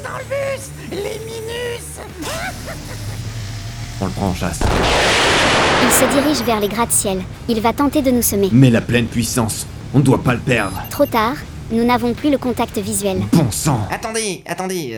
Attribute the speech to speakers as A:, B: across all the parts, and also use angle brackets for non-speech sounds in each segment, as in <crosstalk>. A: minus Les minus
B: On le prend en chasse.
C: Il se dirige vers les gratte-ciel. Il va tenter de nous semer.
B: Mais la pleine puissance, on ne doit pas le perdre.
C: Trop tard, nous n'avons plus le contact visuel.
B: Bon sang
D: Attendez, attendez.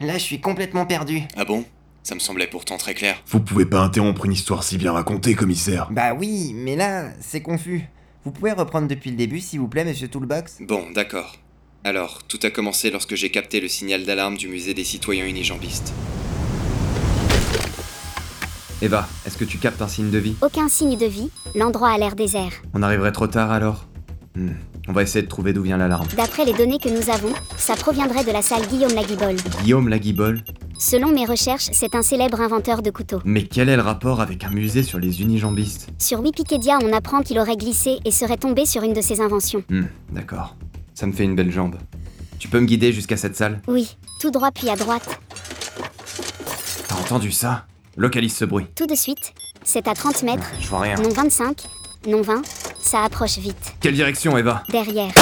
D: euh, là, je suis complètement perdu.
E: Ah bon Ça me semblait pourtant très clair.
F: Vous pouvez pas interrompre une histoire si bien racontée, commissaire.
D: Bah oui, mais là, c'est confus. Vous pouvez reprendre depuis le début, s'il vous plaît, monsieur Toolbox
E: Bon, d'accord. Alors, tout a commencé lorsque j'ai capté le signal d'alarme du musée des citoyens unijambistes.
B: Eva, est-ce que tu captes un signe de vie
C: Aucun signe de vie, l'endroit a l'air désert.
B: On arriverait trop tard alors Hmm, On va essayer de trouver d'où vient l'alarme.
C: D'après les données que nous avons, ça proviendrait de la salle Guillaume Laguibol.
B: Guillaume Laguibol
C: Selon mes recherches, c'est un célèbre inventeur de couteaux.
B: Mais quel est le rapport avec un musée sur les unijambistes
C: Sur Wikipédia, on apprend qu'il aurait glissé et serait tombé sur une de ses inventions.
B: Hmm, d'accord. Ça me fait une belle jambe. Tu peux me guider jusqu'à cette salle
C: Oui, tout droit puis à droite.
B: T'as entendu ça Localise ce bruit.
C: Tout de suite, c'est à 30 mètres,
B: Je vois rien.
C: non 25, non 20, ça approche vite.
B: Quelle direction, Eva
C: Derrière,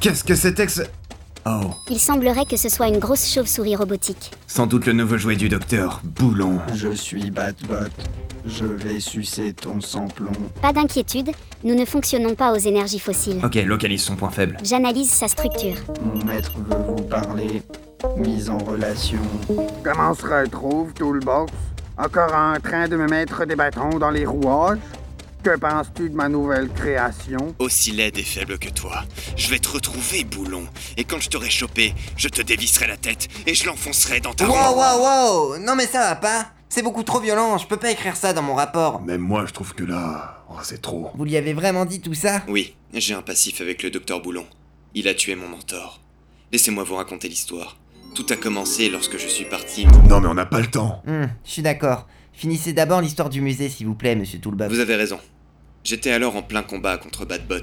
B: Qu'est-ce que c'était que ce... Oh,
C: il semblerait que ce soit une grosse chauve-souris robotique.
B: sans doute le nouveau jouet du docteur, Boulon.
G: Je suis Batbot. Je vais sucer ton samplon.
C: Pas d'inquiétude, nous ne fonctionnons pas aux énergies fossiles.
B: Ok, localise son point faible.
C: J'analyse sa structure.
G: Mon maître veut vous parler. Mise en relation.
H: Comment on se retrouve, Toolbox? Encore en train de me mettre des bâtons dans les rouages? Que penses-tu de ma nouvelle création?
E: Aussi laide et faible que toi, je vais te retrouver, boulon. Et quand je t'aurai chopé, je te dévisserai la tête et je l'enfoncerai dans ta
D: Wow, wow, wow Non, mais ça va pas C'est beaucoup trop violent, je peux pas écrire ça dans mon rapport.
F: Même moi, je trouve que là, oh, c'est trop.
D: Vous lui avez vraiment dit tout ça
E: Oui, j'ai un passif avec le docteur Boulon. Il a tué mon mentor. Laissez-moi vous raconter l'histoire. Tout a commencé lorsque je suis parti.
F: Non, mais on n'a pas le temps.
D: Hmm, je suis d'accord. Finissez d'abord l'histoire du musée, s'il vous plaît, monsieur Toolbox.
E: Vous avez raison. J'étais alors en plein combat contre Badbot.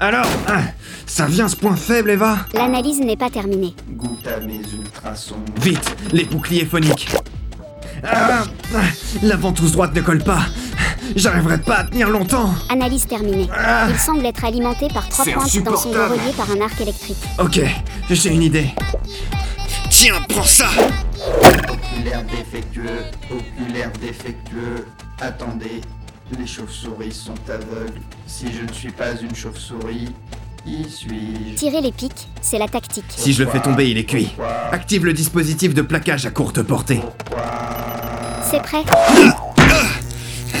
B: Alors, hein, ça vient ce point faible, Eva
C: L'analyse n'est pas terminée.
G: Goûte à mes ultrasons.
B: Vite, les boucliers phoniques. Ah, ah, la ventouse droite ne colle pas. J'arriverai pas à tenir longtemps.
C: Analyse terminée. Il semble être alimenté par trois
B: C'est
C: pointes dans son dos
B: insupportable.
C: relié par un arc électrique.
B: Ok, j'ai une idée.
E: Tiens, prends ça
G: Oculaire défectueux. Oculaire défectueux. Attendez. Les chauves-souris sont aveugles. Si je ne suis pas une chauve-souris, qui suis-je
C: Tirer les pics, c'est la tactique.
B: Si je le fais tomber, il est cuit. Active le dispositif de plaquage à courte portée.
C: C'est prêt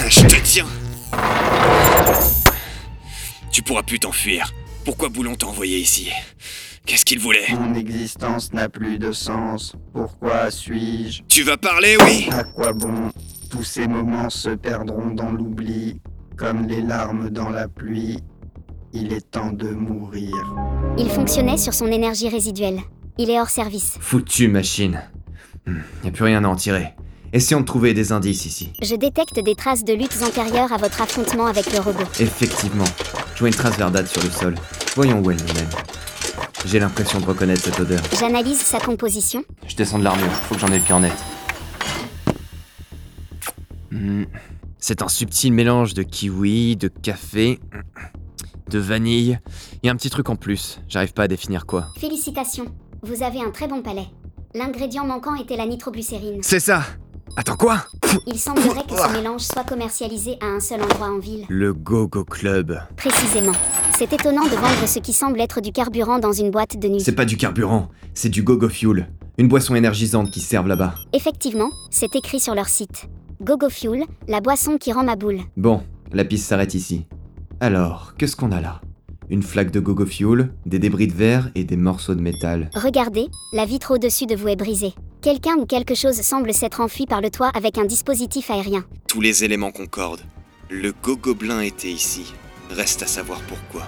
E: Je te tiens Tu pourras plus t'enfuir. Pourquoi Boulon t'a envoyé ici Qu'est-ce qu'il voulait
G: Mon existence n'a plus de sens. Pourquoi suis-je
E: Tu vas parler, oui
G: À quoi bon Tous ces moments se perdront dans l'oubli, comme les larmes dans la pluie. Il est temps de mourir.
C: Il fonctionnait sur son énergie résiduelle. Il est hors service.
B: Foutue machine. Hmm, Y a plus rien à en tirer. Essayons de trouver des indices ici.
C: Je détecte des traces de luttes antérieures à votre affrontement avec le robot.
B: Effectivement, je vois une trace verdâtre sur le sol. Voyons où elle nous mène. J'ai l'impression de reconnaître cette odeur.
C: J'analyse sa composition.
B: Je descends de l'armure, faut que j'en ai le pied en net. Hmm, C'est un subtil mélange de kiwi, de café, de vanille et un petit truc en plus. J'arrive pas à définir quoi.
C: Félicitations, vous avez un très bon palais. L'ingrédient manquant était la nitroglycérine.
B: C'est ça Attends quoi
C: Il semblerait que ce mélange soit commercialisé à un seul endroit en ville.
B: Le Go-Go Club.
C: Précisément. C'est étonnant de vendre ce qui semble être du carburant dans une boîte de nuit.
B: C'est pas du carburant, c'est du Go-Go Fuel. Une boisson énergisante qui serve là-bas.
C: Effectivement, c'est écrit sur leur site. Gogo Fuel, la boisson qui rend ma boule.
B: Bon, la piste s'arrête ici. Alors, qu'est-ce qu'on a là Une flaque de Go-Go Fuel, des débris de verre et des morceaux de métal.
C: Regardez, la vitre au-dessus de vous est brisée. Quelqu'un ou quelque chose semble s'être enfui par le toit avec un dispositif aérien.
E: Tous les éléments concordent. Le gogobelin était ici. Reste à savoir pourquoi.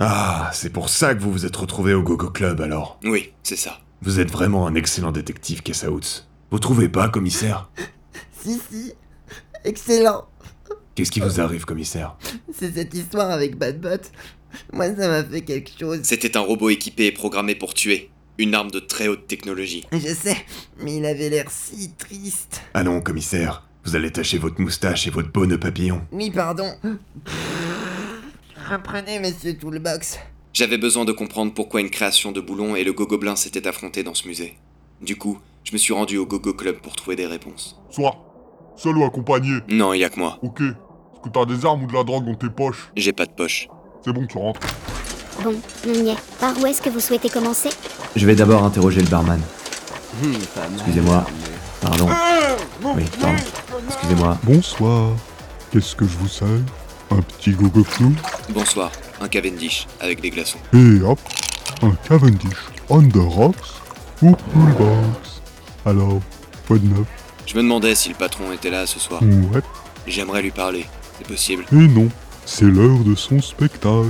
F: Ah, c'est pour ça que vous vous êtes retrouvé au Gogo Club alors.
E: Oui, c'est ça.
F: Vous êtes vraiment un excellent détective, Kessaouts. Vous trouvez pas, commissaire
D: Si, si. Excellent.
F: Qu'est-ce qui vous arrive, commissaire
D: C'est cette histoire avec Badbot. Moi, ça m'a fait quelque chose.
E: C'était un robot équipé et programmé pour tuer. Une arme de très haute technologie.
D: Je sais, mais il avait l'air si triste.
F: Allons, Ah commissaire. Vous allez tâcher votre moustache et votre beau nœud papillon.
D: Oui, pardon. Reprenez, monsieur Toolbox.
E: J'avais besoin de comprendre pourquoi une création de Boulon et le Gogobelin s'étaient affrontés dans ce musée. Du coup, je me suis rendu au Gogo Club pour trouver des réponses.
I: Soit. Seul ou accompagné.
E: Non, y a que moi.
I: Ok. Est-ce que t'as des armes ou de la drogue dans tes poches
E: J'ai pas de poche.
I: C'est bon, tu rentres.
C: Bon, on y est. Par où est-ce que vous souhaitez commencer
B: Je vais d'abord interroger le barman. Excusez-moi. Pardon. Oui, pardon. Excusez-moi.
I: Bonsoir. Qu'est-ce que je vous sers Un petit gogo flou
E: Bonsoir, un Cavendish avec des glaçons.
I: Et hop, un Cavendish on the rocks ou pool box. Alors, quoi de neuf
E: Je me demandais si le patron était là ce soir.
I: Ouais,
E: J'aimerais lui parler. C'est possible.
I: et non, c'est l'heure de son spectacle.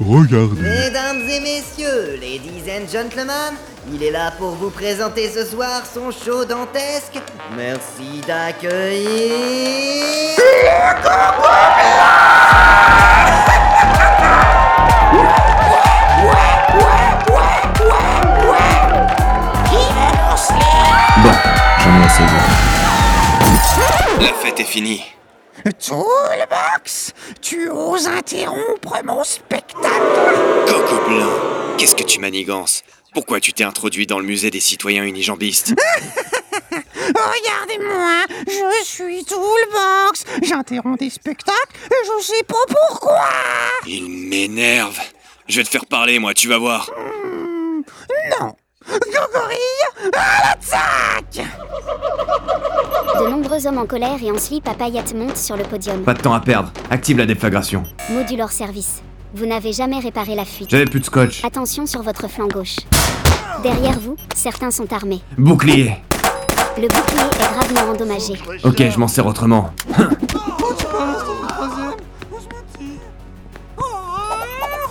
I: Regardez.
A: Mesdames et messieurs, ladies and gentlemen, il est là pour vous présenter ce soir son show dantesque. Merci d'accueillir.
B: Bon, j'en ai assez vu.
E: La fête est finie.
A: Toolbox, tu oses interrompre mon spectacle
E: Gogobelin, qu'est-ce que tu manigances Pourquoi tu t'es introduit dans le musée des citoyens unijambistes
A: Regardez-moi, je suis Toolbox. J'interromps des spectacles et je sais pas pourquoi.
E: Il m'énerve. Je vais te faire parler, moi, tu vas voir.
A: Gogorille, à l'attaque
C: De nombreux hommes en colère et en slip à paillettes montent sur le podium.
B: Pas de temps à perdre. Active la déflagration.
C: Module hors service. Vous n'avez jamais réparé la fuite.
B: J'avais plus de scotch.
C: Attention sur votre flanc gauche. Derrière vous, certains sont armés.
B: Bouclier.
C: Le bouclier est gravement endommagé.
B: Ok, je m'en sers autrement.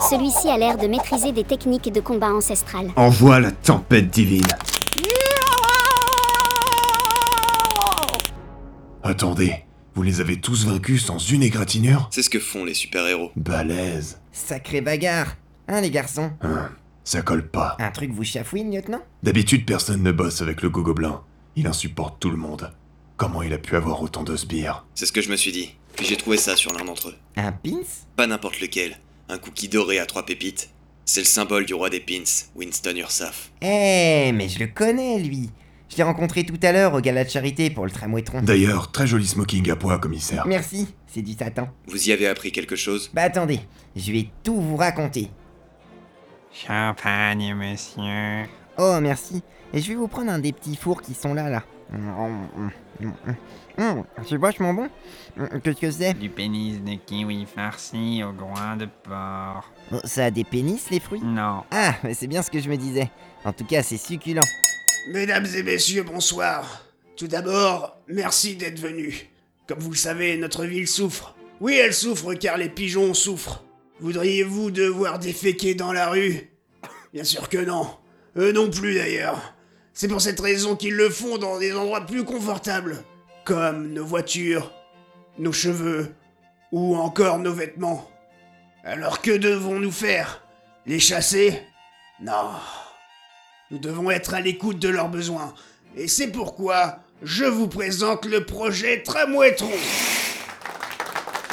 C: Celui-ci a l'air de maîtriser des techniques de combat ancestrales.
B: Envoie la tempête divine.
F: Attendez, vous les avez tous vaincus sans une égratignure
E: C'est ce que font les super-héros.
F: Balèze.
D: Sacrée bagarre. Hein, les garçons
F: Ça colle pas.
D: Un truc vous chafouine, lieutenant
F: D'habitude, personne ne bosse avec le gogobelin. Il insupporte tout le monde. Comment il a pu avoir autant de sbires
E: C'est ce que je me suis dit. Puis j'ai trouvé ça sur l'un d'entre eux.
D: Un pins
E: Pas n'importe lequel. Un cookie doré à trois pépites. C'est le symbole du roi des pins, Winston Ursaf.
D: Eh, mais je le connais, lui. Je l'ai rencontré tout à l'heure au gala de charité pour le tramway tronc.
F: D'ailleurs, très joli smoking à poids, commissaire.
D: Merci, c'est du satin.
E: Vous y avez appris quelque chose
D: Bah attendez, je vais tout vous raconter.
J: Champagne, monsieur.
D: Oh merci, et je vais vous prendre un des petits fours qui sont là là. Hum, c'est vachement bon. Hum, Qu'est-ce que c'est
J: Du pénis de kiwi farci au groin de porc.
D: Oh, Ça a des pénis les fruits
J: Non.
D: Ah, mais c'est bien ce que je me disais. En tout cas, c'est succulent.
K: Mesdames et messieurs, bonsoir. Tout d'abord, merci d'être venus. Comme vous le savez, notre ville souffre. Oui, elle souffre car les pigeons souffrent. Voudriez-vous devoir déféquer dans la rue <coughs> Bien sûr que non. Eux non plus d'ailleurs. C'est pour cette raison qu'ils le font dans des endroits plus confortables, comme nos voitures, nos cheveux ou encore nos vêtements. Alors que devons-nous faire Les chasser Non. Nous devons être à l'écoute de leurs besoins. Et c'est pourquoi je vous présente le projet Tramway-Tron.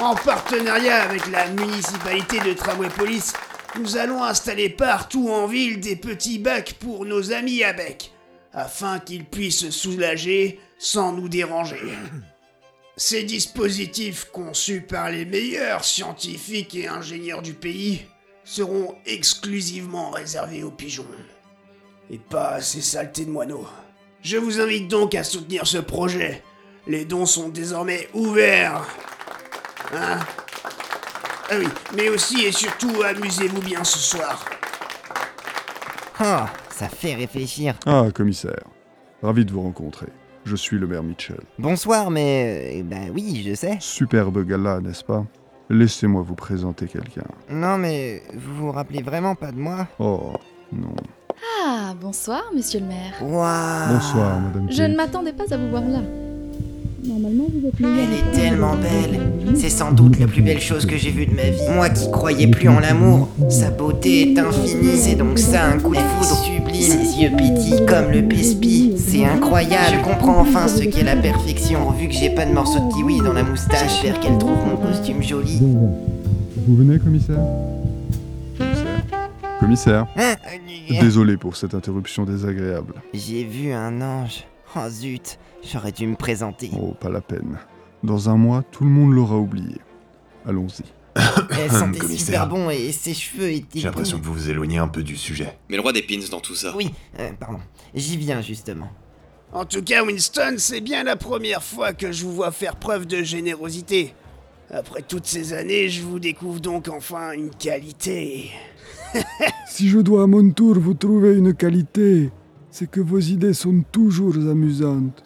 K: En partenariat avec la municipalité de Tramway-Police, nous allons installer partout en ville des petits bacs pour nos amis à bec, afin qu'ils puissent se soulager sans nous déranger. Ces dispositifs conçus par les meilleurs scientifiques et ingénieurs du pays seront exclusivement réservés aux pigeons et pas à ces saletés de moineaux. Je vous invite donc à soutenir ce projet. Les dons sont désormais ouverts. Hein Ah oui, mais aussi et surtout, amusez-vous bien ce soir.
D: Oh, ça fait réfléchir.
I: Ah, commissaire. Ravi de vous rencontrer. Je suis le maire Mitchell.
D: Bonsoir, mais... euh, bah oui, je sais.
I: Superbe gala, n'est-ce pas Laissez-moi vous présenter quelqu'un.
D: Non, mais vous vous rappelez vraiment pas de moi
I: Oh, non.
L: Ah, bonsoir, monsieur le maire.
D: Waouh
I: Bonsoir, madame.
L: Ah, Je ne m'attendais pas à vous voir là. Normalement, vous êtes meilleur.
D: Elle est tellement belle. C'est sans doute la plus belle chose que j'ai vue de ma vie. Moi qui croyais plus en l'amour, sa beauté est infinie. C'est donc ça un coup de foudre. Sublime, ses yeux pétillent comme le pespi. C'est incroyable. Je comprends enfin ce qu'est la perfection. Vu que j'ai pas de morceau de kiwi dans la moustache, j'espère qu'elle trouve mon costume joli.
I: Vous venez, commissaire Commissaire
M: commissaire.
D: Hein
M: Désolé pour cette interruption désagréable.
D: J'ai vu un ange. Oh zut, j'aurais dû me présenter.
M: Oh, pas la peine. Dans un mois, tout le monde l'aura oublié. Allons-y.
D: Elle sentait
F: commissaire.
D: super bon et ses cheveux étaient.
F: J'ai l'impression que vous vous éloignez un peu du sujet.
E: Mais le roi des pins dans tout ça.
D: Oui, euh, pardon. J'y viens justement.
K: En tout cas, Winston, c'est bien la première fois que je vous vois faire preuve de générosité. Après toutes ces années, je vous découvre donc enfin une qualité.
I: Si je dois à mon tour vous trouver une qualité, c'est que vos idées sont toujours amusantes,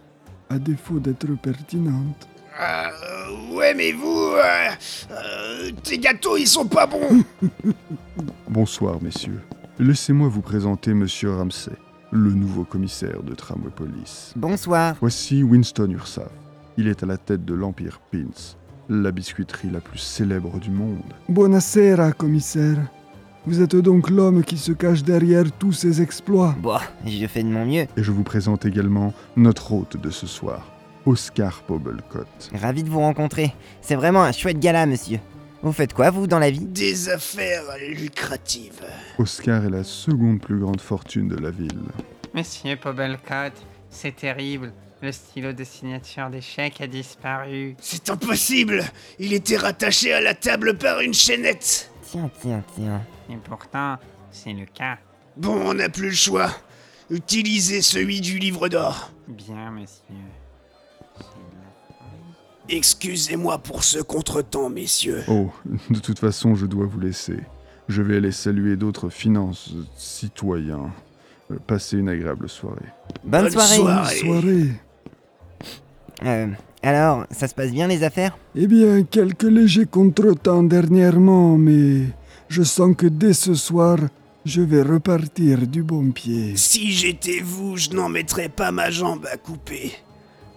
I: à défaut d'être pertinentes.
K: Ah, euh, ouais, mais vous, euh, euh, tes gâteaux, ils sont pas bons.
M: Bonsoir, messieurs. Laissez-moi vous présenter Monsieur Ramsey, le nouveau commissaire de Tramway Police.
D: Bonsoir.
M: Voici Winston Ursav. Il est à la tête de l'Empire Pins, la biscuiterie la plus célèbre du monde.
I: Buonasera, commissaire. Vous êtes donc l'homme qui se cache derrière tous ces exploits.
D: Bon, je fais de mon mieux.
M: Et je vous présente également notre hôte de ce soir, Oscar Pobelcott.
D: Ravi de vous rencontrer. C'est vraiment un chouette gala, monsieur. Vous faites quoi, vous, dans la vie
K: Des affaires lucratives.
M: Oscar est la seconde plus grande fortune de la ville.
N: Monsieur Pobelcott, c'est terrible. Le stylo de signature d'échec a disparu.
K: C'est impossible. Il était rattaché à la table par une chaînette.
D: Tiens, tiens, tiens.
N: Et pourtant, c'est le cas.
K: Bon, on n'a plus le choix. Utilisez celui du livre d'or.
N: Bien, monsieur.
K: Excusez-moi pour ce contretemps, messieurs.
M: Oh, de toute façon, je dois vous laisser. Je vais aller saluer d'autres finances, euh, citoyens. Euh, Passez une agréable soirée.
D: Bonne, soirée.
I: Soirée.
D: Euh, alors, ça se passe bien les affaires
I: Eh bien, quelques légers contretemps dernièrement, mais je sens que dès ce soir, je vais repartir du bon pied.
K: Si j'étais vous, je n'en mettrais pas ma jambe à couper.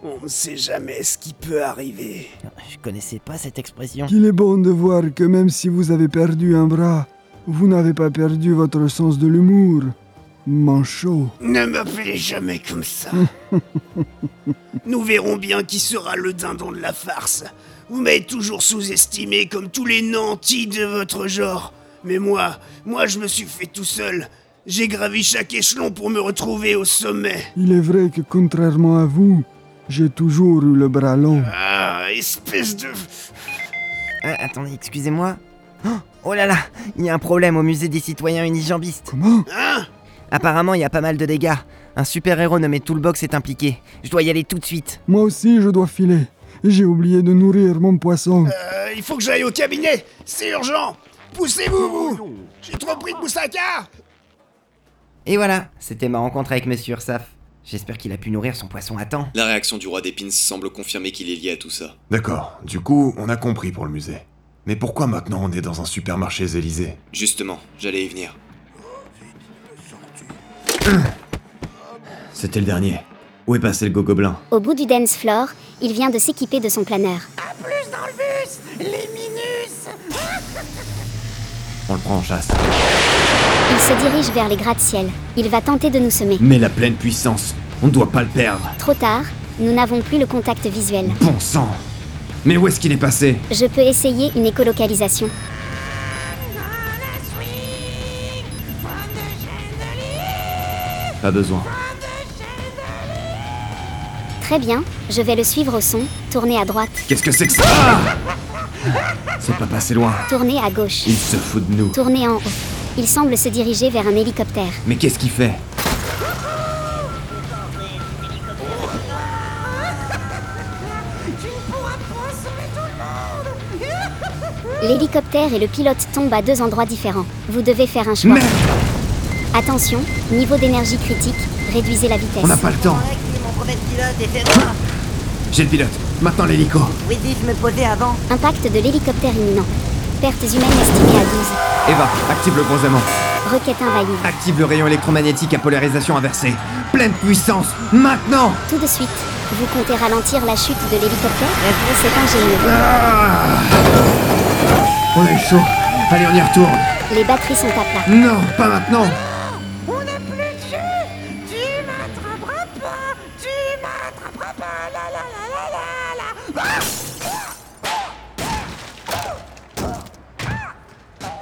K: On ne sait jamais ce qui peut arriver.
D: Je connaissais pas cette expression.
I: Qu'il est bon de voir que même si vous avez perdu un bras, vous n'avez pas perdu votre sens de l'humour. Manchot.
K: Ne m'appelez jamais comme ça. Nous verrons bien qui sera le dindon de la farce. Vous m'avez toujours sous-estimé comme tous les nantis de votre genre. Mais moi, moi je me suis fait tout seul. J'ai gravi chaque échelon pour me retrouver au sommet.
I: Il est vrai que contrairement à vous, j'ai toujours eu le bras long.
K: Ah, espèce de...
D: Ah, attendez, excusez-moi. Oh, oh là là, il y a un problème au musée des citoyens unijambistes.
I: Comment
D: Apparemment, il y a pas mal de dégâts. Un super-héros nommé Toolbox est impliqué. Je dois y aller tout de suite.
I: Moi aussi, je dois filer. J'ai oublié de nourrir mon poisson.
K: Euh, il faut que j'aille au cabinet. C'est urgent. Poussez-vous, vous. J'ai trop pris de moussaka.
D: Et voilà, c'était ma rencontre avec Monsieur Ursaf. J'espère qu'il a pu nourrir son poisson à temps.
E: La réaction du roi des pins semble confirmer qu'il est lié à tout ça.
F: D'accord, du coup, on a compris pour le musée. Mais pourquoi maintenant on est dans un supermarché Élysées
E: Justement, j'allais y venir.
B: C'était le dernier. Où est passé le gogobelin
C: Au bout du dance floor, il vient de s'équiper de son planeur.
O: Plus dans le bus Les minus
B: On le prend en chasse.
C: Il se dirige vers les gratte-ciel. Il va tenter de nous semer.
B: Mais la pleine puissance, on ne doit pas le perdre.
C: Trop tard, nous n'avons plus le contact visuel.
B: Bon sang Mais où est-ce qu'il est passé
C: Je peux essayer une écolocalisation.
B: Pas besoin.
C: Très bien, je vais le suivre au son, tourner à droite,
B: Qu'est-ce que c'est que ça Ah C'est pas passé loin.
C: tourner à gauche,
B: Il se fout de nous.
C: tourner en haut. Il semble se diriger vers un hélicoptère.
B: Mais qu'est-ce qu'il fait
O: Tu ne pourras pas sauver tout le monde
C: L'hélicoptère et le pilote tombent à deux endroits différents. Vous devez faire un choix. Attention, niveau d'énergie critique, réduisez la vitesse.
B: On n'a pas le temps.
P: Mon brevet de pilote était loin.
B: J'ai le pilote. Maintenant l'hélico.
P: Oui, dis, je me posais avant.
C: Impact de l'hélicoptère imminent. Pertes humaines estimées à
B: Eva, active le gros aimant.
C: 12. Requête invalide.
B: Active le rayon électromagnétique à polarisation inversée. Pleine puissance, maintenant
C: Tout de suite, vous comptez ralentir la chute de l'hélicoptère C'est ingénieux.
B: On a eu chaud. Allez, on y retourne.
C: Les batteries sont à plat.
B: Non, pas maintenant.
O: On n'a plus de jus Tu m'attraperas pas Tu m'attraperas pas La la la la la la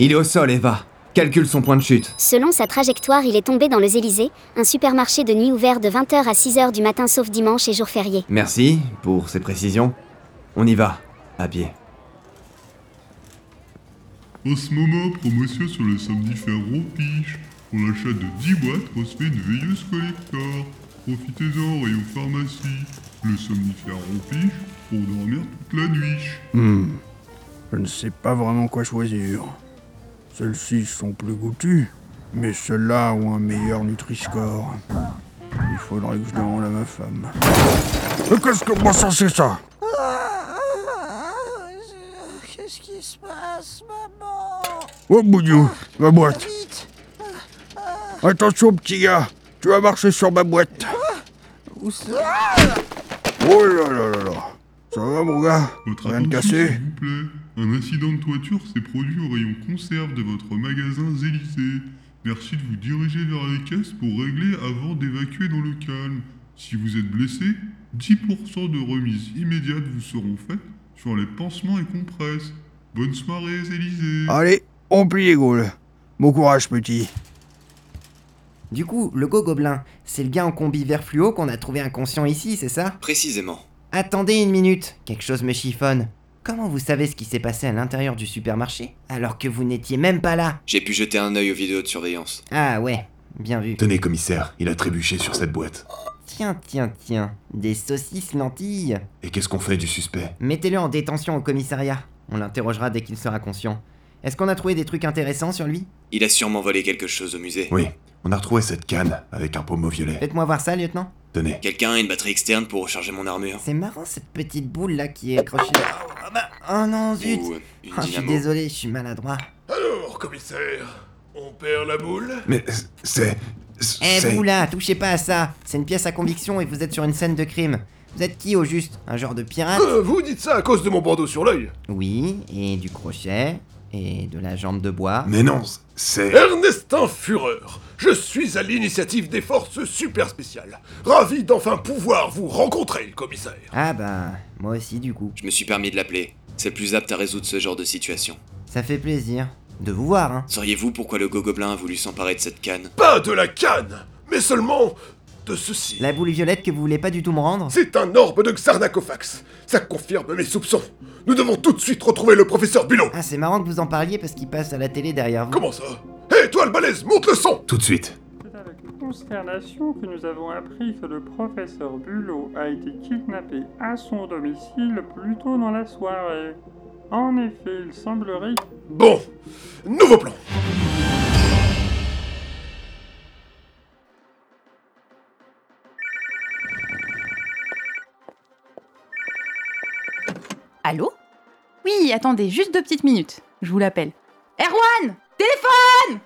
B: Il est au sol, Eva. Calcule son point de chute.
C: Selon sa trajectoire, il est tombé dans les Élysées, un supermarché de nuit ouvert de 20h à 6h du matin sauf dimanche et jours fériés.
B: Merci pour ces précisions. On y va, à pied.
I: En ce moment, promotion sur le samedi ferro piche. Pour l'achat de 10 boîtes, on se fait une veilleuse collector. Profitez-en rayon pharmacie. Le somnifère piche pour dormir toute la nuit.
G: Hmm. Je ne sais pas vraiment quoi choisir. Celles-ci sont plus goûtues, mais celles-là ont un meilleur Nutri-Score. Il faudrait que je demande à ma femme. Mais Qu'est-ce que moi ça c'est ça
Q: Qu'est-ce qui se passe, maman Ah,
G: Oh bougnou, ma boîte. Attention petit gars, tu vas marcher sur ma boîte.
Q: Où ça
G: Oh là là là là. Ça va mon gars Rien de cassé
I: S'il vous plaît, un incident de toiture s'est produit au rayon conserve de votre magasin Zélysée. Merci de vous diriger vers les caisses pour régler avant d'évacuer dans le calme. Si vous êtes blessé, 10% de remise immédiate vous seront faites sur les pansements et compresses. Bonne soirée, Zélysée
G: Allez, on plie les gaules. Bon courage petit.
D: Du coup, le go-gobelin, c'est le gars en combi vert fluo qu'on a trouvé inconscient ici, c'est ça
E: Précisément.
D: Attendez une minute, quelque chose me chiffonne. Comment vous savez ce qui s'est passé à l'intérieur du supermarché alors que vous n'étiez même pas là
E: J'ai pu jeter un œil aux vidéos de surveillance.
D: Ah ouais, bien vu.
F: Tenez, commissaire, il a trébuché sur cette boîte.
D: Tiens, tiens, tiens, des saucisses lentilles.
F: Et qu'est-ce qu'on fait du suspect
D: Mettez-le en détention au commissariat. On l'interrogera dès qu'il sera conscient. Est-ce qu'on a trouvé des trucs intéressants sur lui
E: Il a sûrement volé quelque chose au musée.
F: Oui, on a retrouvé cette canne avec un pommeau violet.
D: Faites-moi voir ça, lieutenant.
F: Tenez.
E: Quelqu'un a une batterie externe pour recharger mon armure.
D: C'est marrant cette petite boule là qui est accrochée. Oh, bah, oh non, zut
E: Ou euh, une
D: Ah, Je suis
E: dynamo.
D: désolé, je suis maladroit.
K: Alors, commissaire, on perd la boule
F: Mais c'est.
D: Eh vous là, touchez pas à ça C'est une pièce à conviction et vous êtes sur une scène de crime. Vous êtes qui au juste Un genre de pirate
K: Euh, Vous dites ça à cause de mon bandeau sur l'œil
D: Oui, et du crochet, et de la jambe de bois.
F: Mais non, c'est.
K: Ernestin Fureur, je suis à l'initiative des forces super spéciales. Ravi d'enfin pouvoir vous rencontrer, commissaire.
D: Ah bah, moi aussi du coup.
E: Je me suis permis de l'appeler. C'est le plus apte à résoudre ce genre de situation.
D: Ça fait plaisir de vous voir, hein.
E: Sauriez-vous pourquoi le gogobelin a voulu s'emparer de cette canne
K: Pas de la canne, mais seulement de ceci.
D: La boule violette que vous voulez pas du tout me rendre
K: C'est un orbe de Xarnacofax. Ça confirme mes soupçons. Nous devons tout de suite retrouver le professeur Bulot.
D: Ah, c'est marrant que vous en parliez parce qu'il passe à la télé derrière vous.
K: Comment ça Hé, toi le balèze, monte le son
F: Tout de suite.
R: C'est avec consternation que nous avons appris que le professeur Bulot a été kidnappé à son domicile plus tôt dans la soirée. En effet, il semblerait
K: Bon, nouveau plan.
S: Allô Oui, attendez, juste deux petites minutes. Je vous l'appelle. Erwan Téléphone